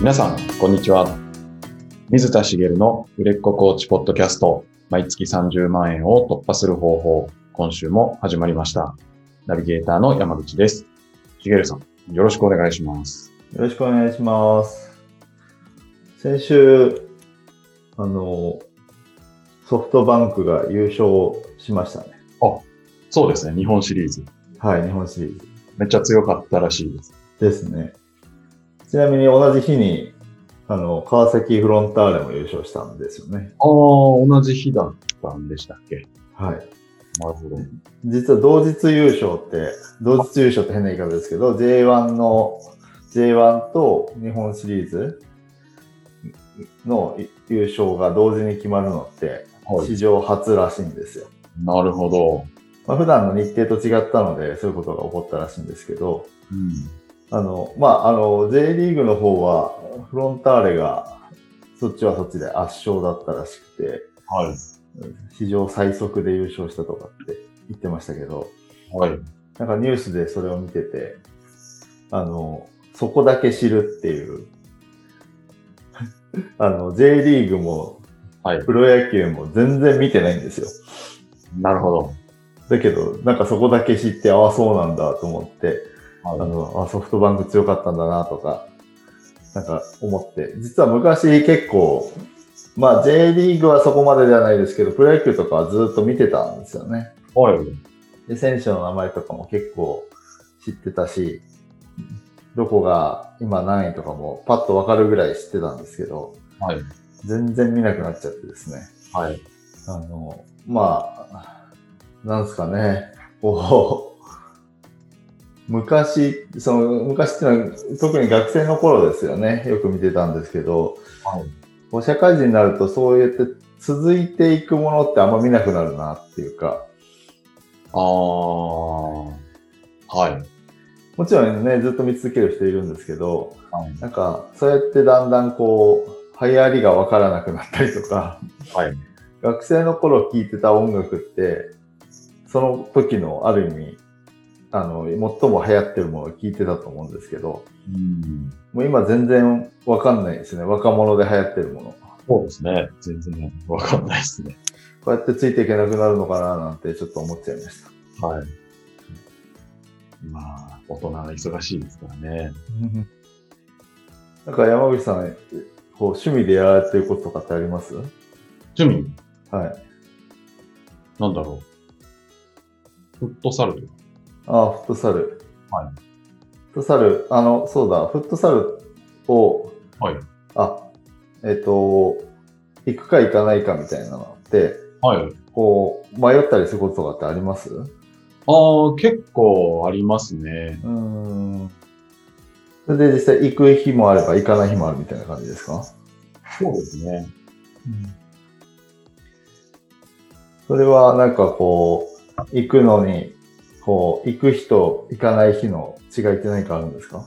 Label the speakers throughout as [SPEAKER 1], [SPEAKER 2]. [SPEAKER 1] 皆さん、こんにちは。水田茂の売れっ子コーチポッドキャスト、毎月30万円を突破する方法、今週も始まりました。ナビゲーターの山口です。茂さん、よろしくお願いします。
[SPEAKER 2] よろしくお願いします。先週、あの、ソフトバンクが優勝しましたね。
[SPEAKER 1] そうですね、日本シリーズ。
[SPEAKER 2] はい、日本シリーズ
[SPEAKER 1] めっちゃ強かったらしいです。
[SPEAKER 2] ですね。ちなみに同じ日に、あの、川崎フロンターレも優勝したんですよね。
[SPEAKER 1] ああ、同じ日だったんでしたっけ
[SPEAKER 2] は
[SPEAKER 1] な
[SPEAKER 2] い。
[SPEAKER 1] るほど。
[SPEAKER 2] 実は同日優勝って、同日優勝って変な言い方ですけど、J1 の、J1 と日本シリーズの優勝が同時に決まるのって、
[SPEAKER 1] はい。
[SPEAKER 2] 史上初らしいんですよ。
[SPEAKER 1] なるほど。
[SPEAKER 2] まあ、普段の日程と違ったので、そういうことが起こったらしいんですけど、
[SPEAKER 1] うん。
[SPEAKER 2] あの、まあ、あの、J リーグの方は、フロンターレが、そっちはそっちで圧勝だったらしく
[SPEAKER 1] はい。
[SPEAKER 2] て、史上最速で優勝したとかって言ってましたけど、
[SPEAKER 1] はい。
[SPEAKER 2] なんかニュースでそれを見てて、あの、そこだけ知るっていう、あの、J リーグも、
[SPEAKER 1] はい
[SPEAKER 2] プロ野球も全然見てないんですよ。
[SPEAKER 1] なるほど。
[SPEAKER 2] だけど、なんかそこだけ知って、ああ、そうなんだと思って、
[SPEAKER 1] はい
[SPEAKER 2] あの、あ、ソフトバンク強かったんだなとか、なんか思って、実は昔結構、まあ J リーグはそこまでではないですけど、プロ野球とかはずっと見てたんですよね。
[SPEAKER 1] はい。
[SPEAKER 2] で、選手の名前とかも結構知ってたし、どこが今何位とかもパッとわかるぐらい知ってたんですけど、
[SPEAKER 1] はい。
[SPEAKER 2] 全然見なくなっちゃってですね。
[SPEAKER 1] はい。
[SPEAKER 2] あの、まあ、なんですかね、こう、 昔、その、昔っていうのは、特に学生の頃ですよね、よく見てたんですけど、
[SPEAKER 1] はい
[SPEAKER 2] こう社会人になるとそうやって続いていくものってあんま見なくなるなっていうか、
[SPEAKER 1] ああ。はい。
[SPEAKER 2] もちろんね、ずっと見続ける人いるんですけど、
[SPEAKER 1] はい。
[SPEAKER 2] なんか、そうやってだんだんこう、流行りがわからなくなったりとか、
[SPEAKER 1] はい
[SPEAKER 2] 学生の頃聴いてた音楽って、その時のある意味、あの、最も流行ってるものを聴いてたと思うんですけど、
[SPEAKER 1] うん。
[SPEAKER 2] もう今全然わかんないですね。若者で流行ってるもの。
[SPEAKER 1] そうですね。全然わかんないですね。
[SPEAKER 2] こうやってついていけなくなるのかななんてちょっと思っちゃいました。
[SPEAKER 1] はい。まあ、大人が忙しいですからね。
[SPEAKER 2] なんか山口さん、こう趣味でやられてることとかってありますはい。
[SPEAKER 1] 趣味、なんだろう。フットサルとか。
[SPEAKER 2] ああ、フットサル。
[SPEAKER 1] はい
[SPEAKER 2] フットサル、あの、そうだ、フットサルを、
[SPEAKER 1] はい。
[SPEAKER 2] あ、えっ、と、行くか行かないかみたいなのって、
[SPEAKER 1] はい。
[SPEAKER 2] こう、迷ったりすることとかってありますう
[SPEAKER 1] ああ、結構ありますね。
[SPEAKER 2] ーん。それで実際行く日もあれば行かない日もあるみたいな感じですか
[SPEAKER 1] そうですね。
[SPEAKER 2] それはなんかこう、行くのに、こう、行く日と行かない日の違いって何かあるんですか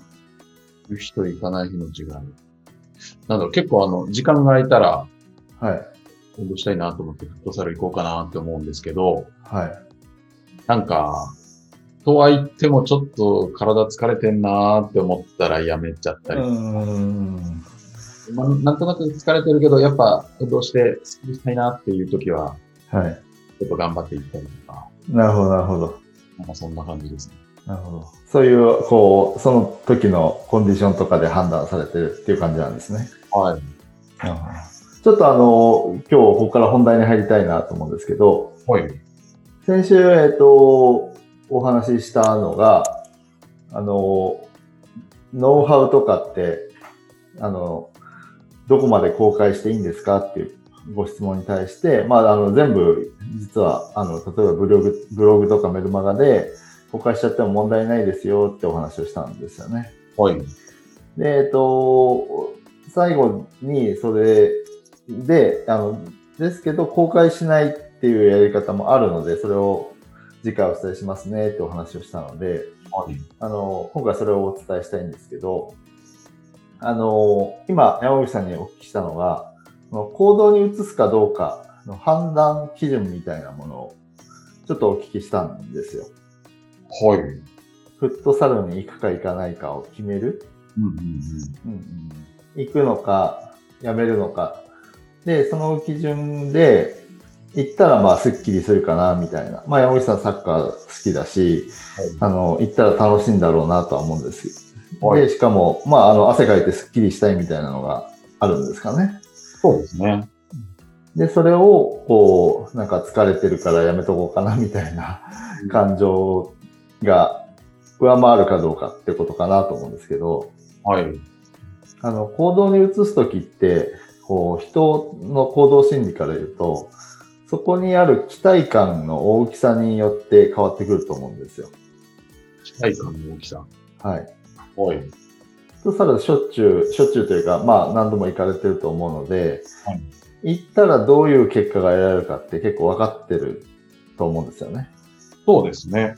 [SPEAKER 1] 行く日と行かない日の違い。なんだろう、結構あの、時間が空いたら、
[SPEAKER 2] はい。
[SPEAKER 1] 運動したいなと思ってフットサル行こうかなって思うんですけど、
[SPEAKER 2] はい。
[SPEAKER 1] なんか、とは言ってもちょっと体疲れてんなーって思ったらやめちゃったり、
[SPEAKER 2] ーん。
[SPEAKER 1] まあなんとなく疲れてるけど、やっぱ運動してスッキリしたいなっていう時は、
[SPEAKER 2] はい。
[SPEAKER 1] ちょっと頑張っていったりとか、
[SPEAKER 2] なるほど、なるほど。
[SPEAKER 1] なんかそんな感じですね。
[SPEAKER 2] なるほど。そういう、こう、その時のコンディションとかで判断されてるっていう感じなんですね。
[SPEAKER 1] はい。
[SPEAKER 2] ちょっとあの、今日ここから本題に入りたいなと思うんですけど、
[SPEAKER 1] はい。
[SPEAKER 2] 先週、えっと、お話ししたのが、あの、ノウハウとかって、あの、どこまで公開していいんですかっていうご質問に対して、まあ、あの、全部、実は、あの、例えばブログ、ブログとかメルマガで公開しちゃっても問題ないですよってお話をしたんですよね。
[SPEAKER 1] はい。
[SPEAKER 2] で、えっと、最後にそれで、あの、ですけど、公開しないっていうやり方もあるので、それを次回お伝えしますねってお話をしたので、
[SPEAKER 1] はい。
[SPEAKER 2] あの、今回それをお伝えしたいんですけど、あの、今、山口さんにお聞きしたのが、その行動に移すかどうかの判断基準みたいなものをちょっとお聞きしたんですよ。
[SPEAKER 1] はい。うん
[SPEAKER 2] フットサルに行くか行かないかを決める
[SPEAKER 1] うんうん。
[SPEAKER 2] うんうん行くのか、やめるのか。で、その基準で、行ったらまあスッキリするかな、みたいな。まあ山口さんサッカー好きだし、あの、行ったら楽しいんだろうなとは思うんです。
[SPEAKER 1] はい
[SPEAKER 2] で、しかも、まああの、汗かいてスッキリしたいみたいなのがあるんですかね。
[SPEAKER 1] そうですね。
[SPEAKER 2] で、それを、こう、なんか疲れてるからやめとこうかな、みたいな感情が上回るかどうかってことかなと思うんですけど、
[SPEAKER 1] はい。
[SPEAKER 2] あの、行動に移すときって、こう、人の行動心理から言うと、そこにある期待感の大きさによって変わってくると思うんですよ。
[SPEAKER 1] 期待感の大きさ。
[SPEAKER 2] はい。
[SPEAKER 1] はい。
[SPEAKER 2] そしたらしょっちゅう、しょっちゅうというか、まあ何度も行かれてると思うので、
[SPEAKER 1] はい
[SPEAKER 2] 行ったらどういう結果が得られるかって結構分かってると思うんですよね。
[SPEAKER 1] そうですね。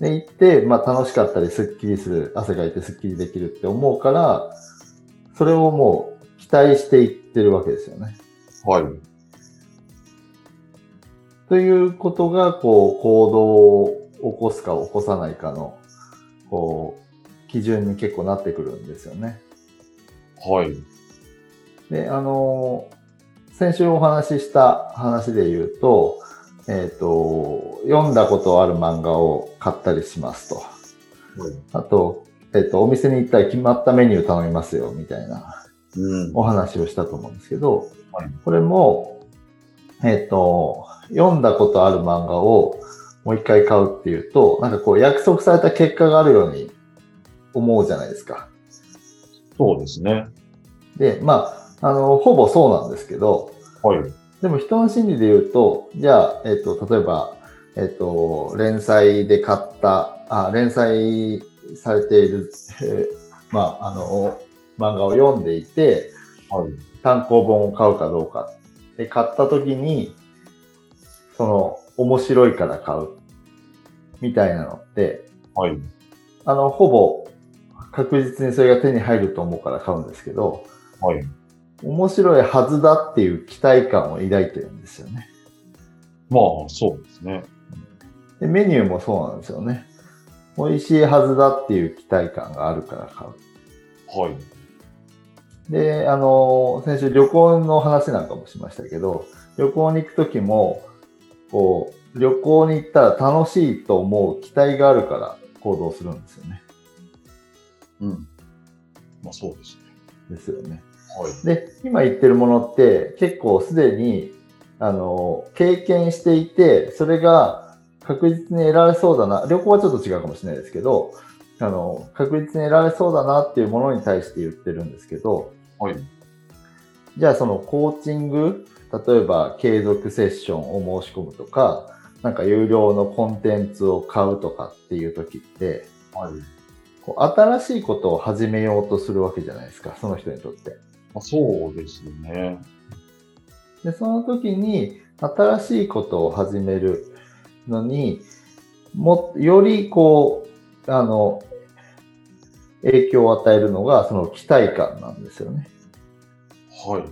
[SPEAKER 2] で、行って、まあ楽しかったり、スッキリする、汗かいてスッキリできるって思うから、それをもう期待していってるわけですよね。
[SPEAKER 1] はい。
[SPEAKER 2] ということが、こう、行動を起こすか起こさないかの、こう、基準に結構なってくるんですよね。
[SPEAKER 1] はい。
[SPEAKER 2] で、あの、先週お話しした話で言うと、えっ、と、読んだことある漫画を買ったりしますと。
[SPEAKER 1] はい。
[SPEAKER 2] あと、えっ、と、お店に行ったら決まったメニュー頼みますよ、みたいな
[SPEAKER 1] うん。
[SPEAKER 2] お話をしたと思うんですけど
[SPEAKER 1] はい、
[SPEAKER 2] これも、えっ、と、読んだことある漫画をもう一回買うっていうと、なんかこう約束された結果があるように思うじゃないですか。
[SPEAKER 1] そうですね。
[SPEAKER 2] で、まあ、あの、ほぼそうなんですけど、
[SPEAKER 1] はい。
[SPEAKER 2] でも人の心理で言うと、じゃあ、えっ、と、例えば、えっ、と、連載で買った、あ、連載されている、えーまあ、あの、漫画を読んでいて、
[SPEAKER 1] はい。
[SPEAKER 2] 単行本を買うかどうか。で、買った時に、その、面白いから買う。みたいなのって、
[SPEAKER 1] はい。
[SPEAKER 2] あの、ほぼ確実にそれが手に入ると思うから買うんですけど、
[SPEAKER 1] はい。
[SPEAKER 2] 面白いはずだっていう期待感を抱いてるんですよね。
[SPEAKER 1] まあ、そうですね。
[SPEAKER 2] で、メニューもそうなんですよね。美味しいはずだっていう期待感があるから買う。
[SPEAKER 1] はい。
[SPEAKER 2] で、あの、先週旅行の話なんかもしましたけど、旅行に行くときも、こう、旅行に行ったら楽しいと思う期待があるから行動するんですよね。
[SPEAKER 1] うん。まあ、そうですね。
[SPEAKER 2] ですよね。
[SPEAKER 1] はい。
[SPEAKER 2] で、今言ってるものって結構すでに、あの、経験していて、それが確実に得られそうだな、旅行はちょっと違うかもしれないですけど、あの、確実に得られそうだなっていうものに対して言ってるんですけど、
[SPEAKER 1] はい。
[SPEAKER 2] じゃあそのコーチング、例えば継続セッションを申し込むとか、なんか有料のコンテンツを買うとかっていう時って、
[SPEAKER 1] はい。
[SPEAKER 2] こう新しいことを始めようとするわけじゃないですか、その人にとって。
[SPEAKER 1] まあ、そうですね。
[SPEAKER 2] で、その時に新しいことを始めるのに、も、よりこう、あの、影響を与えるのがその期待感なんですよね。
[SPEAKER 1] はい。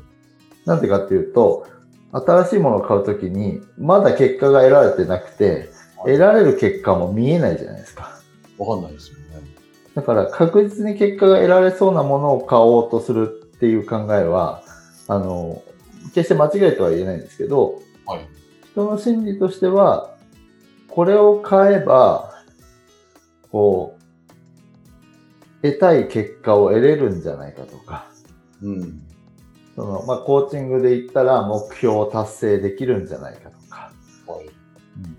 [SPEAKER 2] なんでかっていうと、新しいものを買うときに、まだ結果が得られてなくて、
[SPEAKER 1] はい
[SPEAKER 2] 得られる結果も見えないじゃないですか。
[SPEAKER 1] わかんないですよね。
[SPEAKER 2] だから確実に結果が得られそうなものを買おうとするっていう考えは、あの、決して間違いとは言えないんですけど、
[SPEAKER 1] はい。
[SPEAKER 2] 人の心理としては、これを買えば、こう、得たい結果を得れるんじゃないかとか、
[SPEAKER 1] うん。
[SPEAKER 2] その、まあ、コーチングで言ったら目標を達成できるんじゃないかとか、
[SPEAKER 1] はい。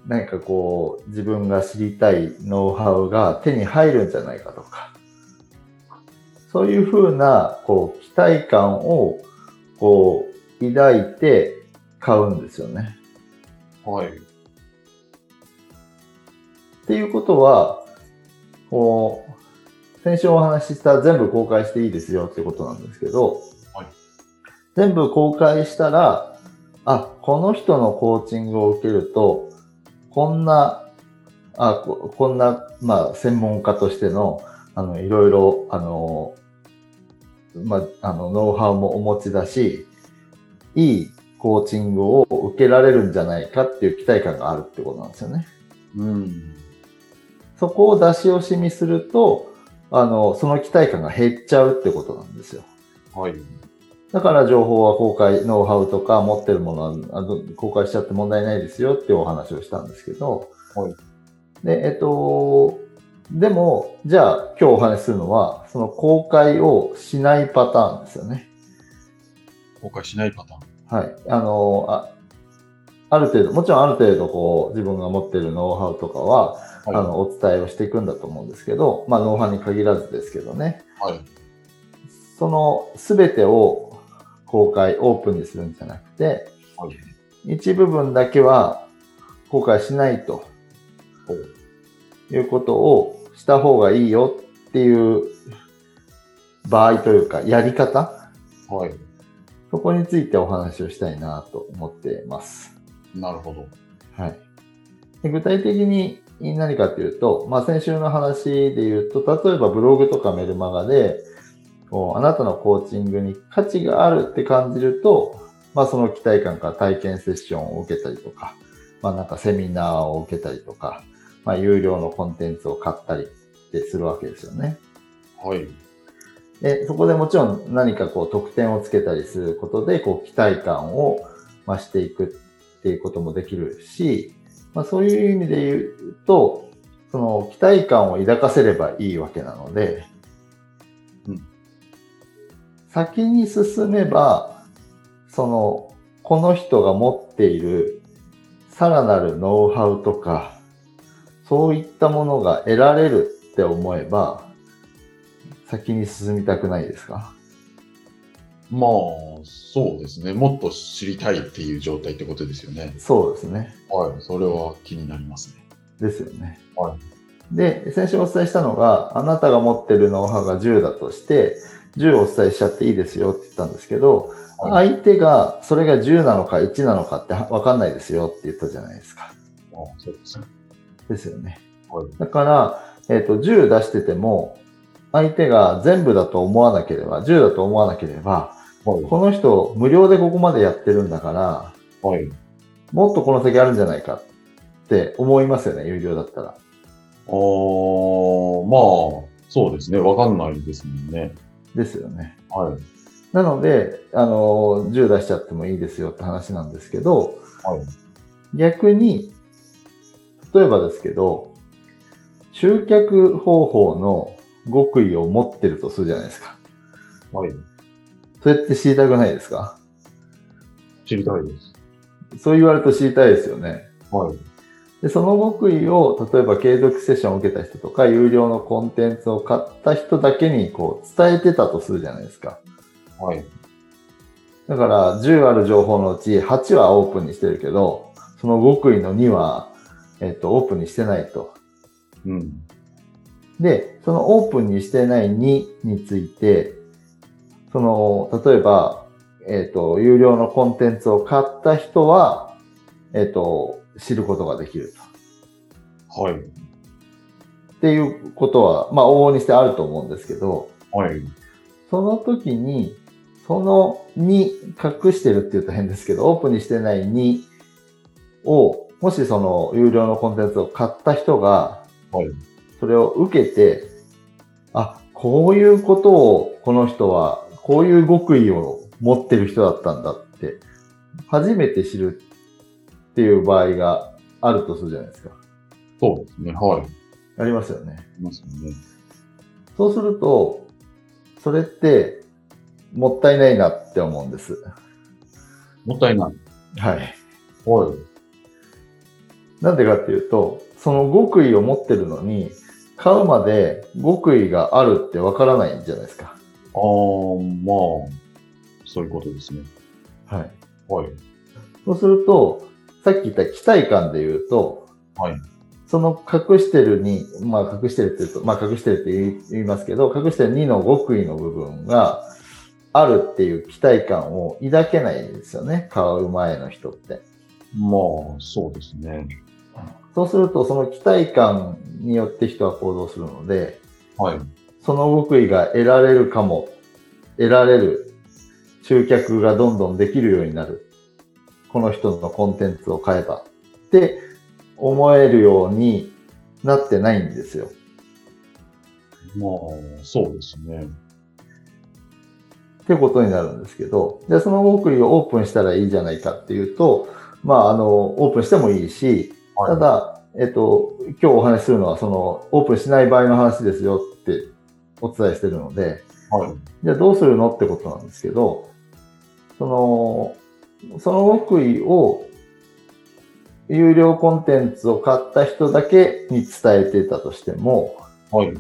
[SPEAKER 2] 何かこう、自分が知りたいノウハウが手に入るんじゃないかとか、そういうふうな、こう、期待感を、こう、抱いて買うんですよね。
[SPEAKER 1] はい。
[SPEAKER 2] っていうことは、こう、先週お話しした全部公開していいですよってことなんですけど、
[SPEAKER 1] はい
[SPEAKER 2] 全部公開したら、あ、この人のコーチングを受けると、こんな、あここんな、まあ、専門家としての、あの、いろいろ、あの、まあ、あの、ノウハウもお持ちだし、いいコーチングを受けられるんじゃないかっていう期待感があるってことなんですよね。
[SPEAKER 1] うん。
[SPEAKER 2] そこを出し惜しみすると、あの、その期待感が減っちゃうってことなんですよ。
[SPEAKER 1] はい。
[SPEAKER 2] だから情報は公開、ノウハウとか持ってるものはあの公開しちゃって問題ないですよっていうお話をしたんですけど、
[SPEAKER 1] はい
[SPEAKER 2] で、えっと、でも、じゃあ今日お話しするのは、その公開をしないパターンですよね。
[SPEAKER 1] 公開しないパターン。
[SPEAKER 2] はい。あの、あある程度、もちろんある程度こう自分が持ってるノウハウとかは、
[SPEAKER 1] はい。
[SPEAKER 2] あのお伝えをしていくんだと思うんですけど、まあ、ノウハウに限らずですけどね。
[SPEAKER 1] はい。
[SPEAKER 2] その全てを公開、オープンにするんじゃなくて、
[SPEAKER 1] はい。
[SPEAKER 2] 一部分だけは公開しないと
[SPEAKER 1] ほ
[SPEAKER 2] いうことをした方がいいよっていう場合というか、やり方、
[SPEAKER 1] はい。
[SPEAKER 2] そこについてお話をしたいなと思っています。
[SPEAKER 1] なるほど。
[SPEAKER 2] はい、で具体的に何かというと、まあ、先週の話で言うと、例えばブログとかメルマガで、こうあなたのコーチングに価値があるって感じると、まあ、その期待感から体験セッションを受けたりとか、まあ、なんかセミナーを受けたりとか、まあ、有料のコンテンツを買ったりってするわけですよね。
[SPEAKER 1] はい。
[SPEAKER 2] で、そこでもちろん何かこう得点をつけたりすることで、こう期待感を増していくっていうこともできるし、まあそういう意味で言うと、その期待感を抱かせればいいわけなので、
[SPEAKER 1] うん
[SPEAKER 2] 先に進めば、その、この人が持っているさらなるノウハウとか、そういったものが得られるって思えば、先に進みたくないですか
[SPEAKER 1] まあ、そうですね。もっと知りたいっていう状態ってことですよね。
[SPEAKER 2] そうですね。
[SPEAKER 1] はい。それは気になりますね。
[SPEAKER 2] ですよね。
[SPEAKER 1] は
[SPEAKER 2] で、先週お伝えしたのが、あなたが持ってるノウハウが10だとして、10をお伝えしちゃっていいですよって言ったんですけど、
[SPEAKER 1] は
[SPEAKER 2] 相手がそれが10なのか1なのかって分かんないですよって言ったじゃないですか。
[SPEAKER 1] あそうですね。
[SPEAKER 2] ですよね。
[SPEAKER 1] はい。
[SPEAKER 2] だから、えっと10出してても、相手が全部だと思わなければ、10だと思わなければ、
[SPEAKER 1] は
[SPEAKER 2] この人無料でここまでやってるんだから、
[SPEAKER 1] い。はい。
[SPEAKER 2] もっとこの先あるんじゃないかって思いますよね、有料だったら。
[SPEAKER 1] あーまあ、そうですね。わかんないですもんね。
[SPEAKER 2] ですよね。
[SPEAKER 1] はい。
[SPEAKER 2] なので、あの、10出しちゃってもいいですよって話なんですけど、
[SPEAKER 1] はい。
[SPEAKER 2] 逆に、例えばですけど、集客方法の極意を持ってるとするじゃないですか。
[SPEAKER 1] はい。
[SPEAKER 2] それって知りたくないですか
[SPEAKER 1] 知りたいです。
[SPEAKER 2] そう言われると知りたいですよね。
[SPEAKER 1] はい。
[SPEAKER 2] で、その極意を、例えば継続セッションを受けた人とか、有料のコンテンツを買った人だけに、こう、伝えてたとするじゃないですか。
[SPEAKER 1] はい。
[SPEAKER 2] だから、10ある情報のうち8はオープンにしてるけど、その極意の2は、えっと、オープンにしてないと。
[SPEAKER 1] うん。
[SPEAKER 2] で、そのオープンにしてない2について、その、例えば、えっと、有料のコンテンツを買った人は、えっと、知ることができると。
[SPEAKER 1] はい。
[SPEAKER 2] っていうことは、まあ、往々にしてあると思うんですけど、
[SPEAKER 1] はい。
[SPEAKER 2] その時に、その2、隠してるって言うと変ですけど、オープンにしてない2を、もしその有料のコンテンツを買った人が、
[SPEAKER 1] はい
[SPEAKER 2] それを受けて、あ、こういうことをこの人は、こういう極意を持ってる人だったんだって、初めて知るっていう場合があるとするじゃないですか。
[SPEAKER 1] そうですね。はい。
[SPEAKER 2] ありますよね。
[SPEAKER 1] いますよね。
[SPEAKER 2] そうすると、それって、もったいないなって思うんです。
[SPEAKER 1] もったいない。
[SPEAKER 2] はい。
[SPEAKER 1] はい。
[SPEAKER 2] なんでかっていうと、その極意を持ってるのに、買うまで極意があるってわからないじゃないですか。
[SPEAKER 1] あーまあ、そういうことですね。
[SPEAKER 2] はい。
[SPEAKER 1] はい。
[SPEAKER 2] そうすると、さっき言った期待感で言うと、
[SPEAKER 1] はい。
[SPEAKER 2] その隠してるに、まあ隠してるって言うと、まあ隠してるって言い言いますけど、隠してる2の極意の部分があるっていう期待感を抱けないんですよね。買う前の人って。
[SPEAKER 1] まあ、そうですね。
[SPEAKER 2] そうすると、その期待感によって人は行動するので、
[SPEAKER 1] はい。
[SPEAKER 2] その極意が得られるかも、得られる、集客がどんどんできるようになる。この人のコンテンツを買えば。って思えるようになってないんですよ。
[SPEAKER 1] まあ、そうですね。
[SPEAKER 2] ってことになるんですけど、で、そのウォークリーをオープンしたらいいじゃないかっていうと、まあ、あの、オープンしてもいいし、
[SPEAKER 1] はい
[SPEAKER 2] ただ、えっと、今日お話しするのは、その、オープンしない場合の話ですよってお伝えしてるので、
[SPEAKER 1] はい。
[SPEAKER 2] じゃあどうするのってことなんですけど、その、その極意を、有料コンテンツを買った人だけに伝えてたとしても、
[SPEAKER 1] はい。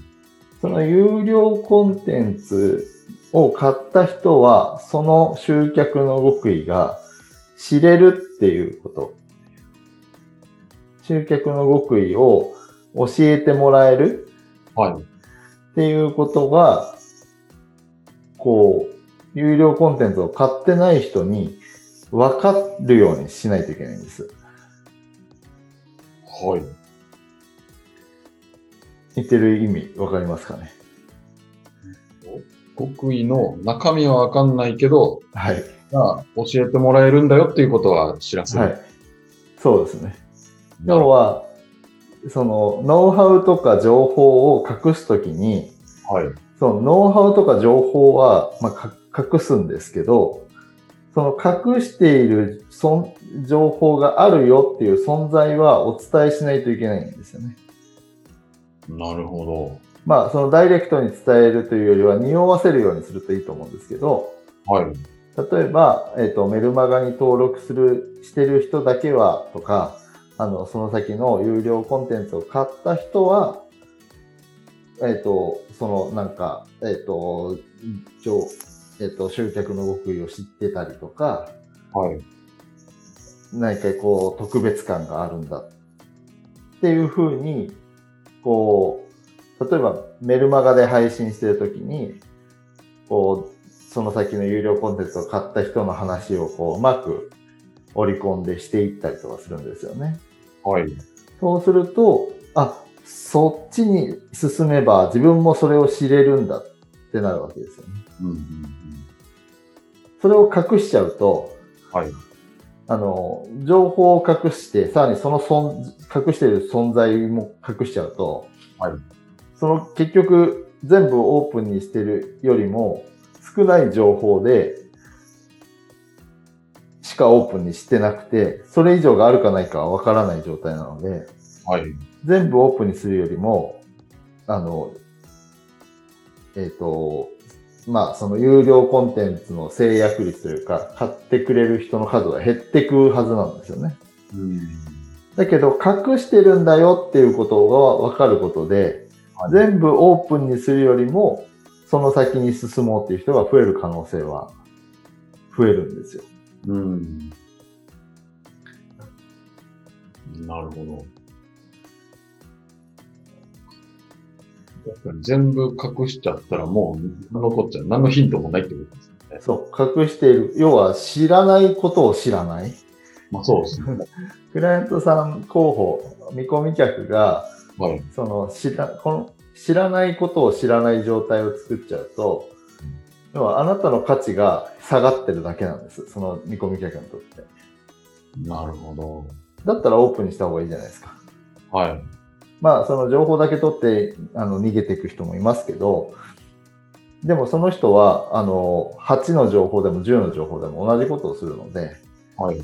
[SPEAKER 2] その有料コンテンツを買った人は、その集客の極意が知れるっていうこと。集客の極意を教えてもらえる
[SPEAKER 1] はい。
[SPEAKER 2] っていうことが、こう、有料コンテンツを買ってない人に分かるようにしないといけないんです。
[SPEAKER 1] はい。
[SPEAKER 2] 言ってる意味分かりますかね
[SPEAKER 1] 極意の中身はわかんないけど、
[SPEAKER 2] はい。
[SPEAKER 1] まあ、教えてもらえるんだよっていうことは知らせる。
[SPEAKER 2] は。い。そうですね。
[SPEAKER 1] なる
[SPEAKER 2] 要
[SPEAKER 1] ほ
[SPEAKER 2] は、その、ノウハウとか情報を隠すときに、
[SPEAKER 1] ど。はい。
[SPEAKER 2] そのノウハウとか情報は、まあか、隠すんですけど、その隠しているそん情報があるよっていう存在はお伝えしないといけないんですよね。
[SPEAKER 1] なるほ
[SPEAKER 2] まあ、そのダイレクトに伝えるというよりは、匂わせるようにするといいと思うんですけど、
[SPEAKER 1] ど。はい。
[SPEAKER 2] 例えば、えっ、と、メルマガに登録する、してる人だけは、とか、あの、その先の有料コンテンツを買った人は、えっ、と、その、なんか、えっ、と、一応、えっ、と、集客の極意を知ってたりとか、
[SPEAKER 1] はい。
[SPEAKER 2] 何かこう、特別感があるんだ。っていうふうに、こう、例えばメルマガで配信してるときに、こう、その先の有料コンテンツを買った人の話をこう、うまく織り込んでしていったりとかするんですよね。
[SPEAKER 1] はい。
[SPEAKER 2] そうすると、あ、そっちに進めば自分もそれを知れるんだってなるわけですよね。
[SPEAKER 1] うんうんうん。
[SPEAKER 2] それを隠しちゃうと、
[SPEAKER 1] はい。
[SPEAKER 2] あの、情報を隠して、さらにその存隠している存在も隠しちゃうと、
[SPEAKER 1] はい
[SPEAKER 2] その結局全部オープンにしてるよりも少ない情報でしかオープンにしてなくて、それ以上があるかないかはわからない状態なので、
[SPEAKER 1] はい。
[SPEAKER 2] 全部オープンにするよりも、あの、えっ、と、まあ、その有料コンテンツの制約率というか、買ってくれる人の数は減ってくはずなんですよね。
[SPEAKER 1] うん。
[SPEAKER 2] だけど、隠してるんだよっていうことが分かることで、
[SPEAKER 1] はい
[SPEAKER 2] 全部オープンにするよりも、その先に進もうっていう人が増える可能性は増えるんですよ。
[SPEAKER 1] うん。なるほど。確かに全部隠しちゃったらもう残っちゃう。何のヒントもないってことですよね。
[SPEAKER 2] そう、隠している。要は、知らないことを知らない。
[SPEAKER 1] まあそうですね。
[SPEAKER 2] クライアントさん候補、見込み客が、
[SPEAKER 1] はい。
[SPEAKER 2] その知らこの知らないことを知らない状態を作っちゃうと、要はあなたの価値が下がってるだけなんです。その見込み客にとって。
[SPEAKER 1] なるほど。
[SPEAKER 2] だったらオープンにした方がいいじゃないですか。
[SPEAKER 1] はい。
[SPEAKER 2] まあ、その情報だけ取って、あの、逃げていく人もいますけど、でもその人は、あの、8の情報でも10の情報でも同じことをするので、
[SPEAKER 1] はい。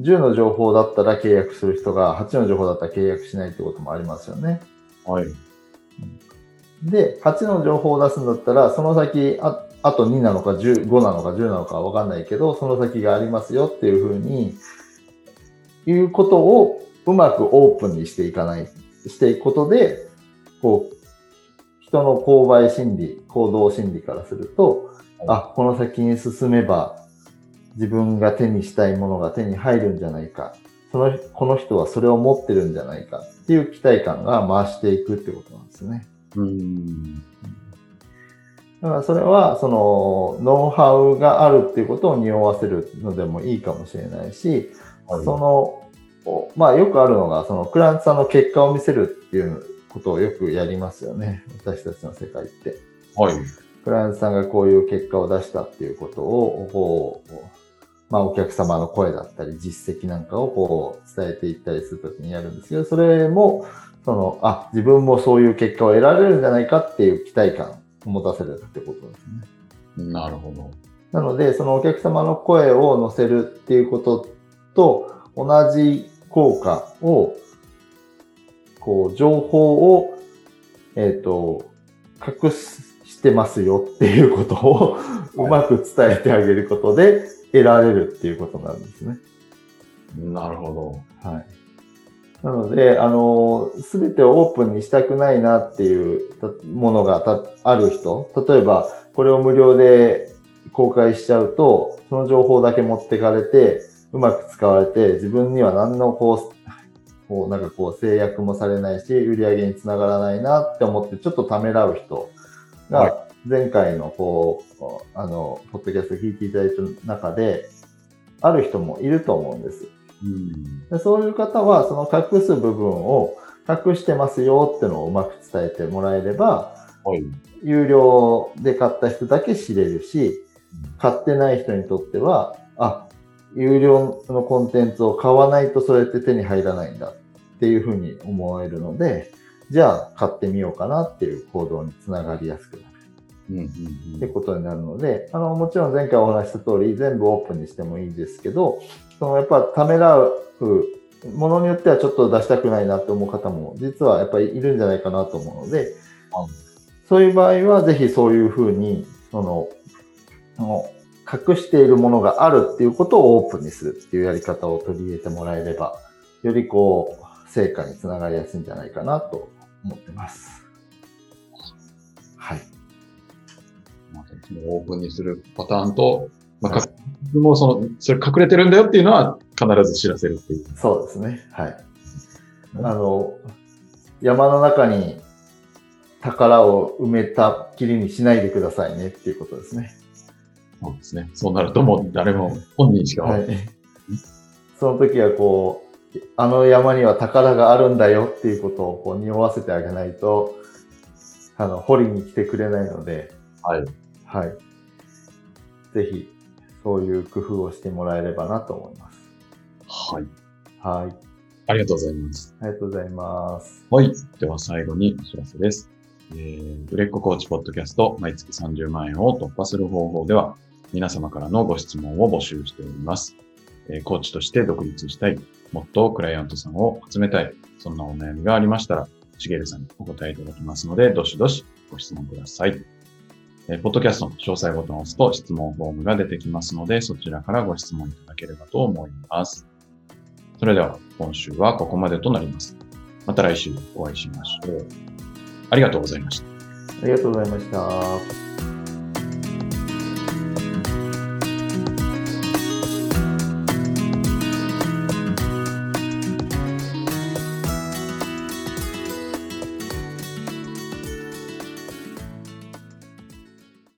[SPEAKER 2] 10の情報だったら契約する人が、8の情報だったら契約しないってこともありますよね。
[SPEAKER 1] はい。
[SPEAKER 2] で、8の情報を出すんだったら、その先、ああと2なのか15なのか10なのかわかんないけど、その先がありますよっていうふうに、いうことをうまくオープンにしていかない、していくことで、こう、人の購買心理、行動心理からすると、あ、この先に進めば、自分が手にしたいものが手に入るんじゃないか。その、この人はそれを持ってるんじゃないかっていう期待感が回していくってことなんですね。
[SPEAKER 1] うん。
[SPEAKER 2] だからそれは、その、ノウハウがあるっていうことを匂わせるのでもいいかもしれないし、
[SPEAKER 1] はい
[SPEAKER 2] その、おまあよくあるのが、そのクライアントさんの結果を見せるっていうことをよくやりますよね。私たちの世界って。
[SPEAKER 1] はい。
[SPEAKER 2] クライアントさんがこういう結果を出したっていうことを、こう、まあお客様の声だったり実績なんかをこう伝えていったりするときにやるんですけど、それも、その、あ、自分もそういう結果を得られるんじゃないかっていう期待感を持たせるってことですね。
[SPEAKER 1] なるほど。
[SPEAKER 2] なので、そのお客様の声を載せるっていうことと同じ効果を、こう、情報を、えっ、と、隠してますよっていうことをうまく伝えてあげることで得られるっていうことなんですね。
[SPEAKER 1] なるほ
[SPEAKER 2] はい。なので、あの、すべてをオープンにしたくないなっていうたものがたある人、例えば、これを無料で公開しちゃうと、その情報だけ持ってかれて、うまく使われて、自分には何のこう、こうなんかこう制約もされないし、売り上げにつながらないなって思って、ちょっとためらう人
[SPEAKER 1] は
[SPEAKER 2] が、前回のこう、あの、ポッドキャスト聞いていただいた中で、ある人もいると思うんです。
[SPEAKER 1] ど。うん。
[SPEAKER 2] でそういう方は、その隠す部分を隠してますよってのをうまく伝えてもらえれば、
[SPEAKER 1] はい。
[SPEAKER 2] 有料で買った人だけ知れるし、買ってない人にとっては、あ、有料のコンテンツを買わないとそれって手に入らないんだっていうふうに思えるので、じゃあ買ってみようかなっていう行動につながりやすくなる。
[SPEAKER 1] うん。うん
[SPEAKER 2] っ
[SPEAKER 1] う
[SPEAKER 2] て
[SPEAKER 1] ん。
[SPEAKER 2] ことになるので、あの、もちろん前回お話しした通り、全部オープンにしてもいいですけど、そのやっぱためらうものによってはちょっと出したくないなって思う方も、実はやっぱりいるんじゃないかなと思うので
[SPEAKER 1] うん、
[SPEAKER 2] そういう場合はぜひそういうふうに、その、もう隠しているものがあるっていうことをオープンにするっていうやり方を取り入れてもらえれば、よりこう、成果につながりやすいんじゃないかなと思ってます。はい。
[SPEAKER 1] まあそのオープンにするパターンと、まあ、かもうその、それ隠れてるんだよっていうのは必ず知らせるっていう。
[SPEAKER 2] そうですね。はい。あ
[SPEAKER 1] うん
[SPEAKER 2] の、山の中に宝を埋めたきりにしないでくださいねっていうことですね。
[SPEAKER 1] そうですね。そうなるともう誰も本人しか、
[SPEAKER 2] はい。その時はこう、あの山には宝があるんだよっていうことをこう匂わせてあげないと、あの、掘りに来てくれないので、
[SPEAKER 1] はい。
[SPEAKER 2] はい。ぜひ、そういう工夫をしてもらえればなと思います。
[SPEAKER 1] はい。
[SPEAKER 2] はい。
[SPEAKER 1] ありがとうございます。
[SPEAKER 2] ありがとうございます。
[SPEAKER 1] はい。では最後にお知らせです。えー、売れっ子コーチポッドキャスト、毎月30万円を突破する方法では、皆様からのご質問を募集しております。えーコーチとして独立したい、もっとクライアントさんを集めたい、そんなお悩みがありましたら、しげるさんにお答えいただきますので、どしどしご質問ください。えーポッドキャストの詳細ボタンを押すと質問フォームが出てきますので、そちらからご質問いただければと思います。それでは、今週はここまでとなります。また来週お会いしましょう。ありがとうございました。
[SPEAKER 2] ありがとうございました。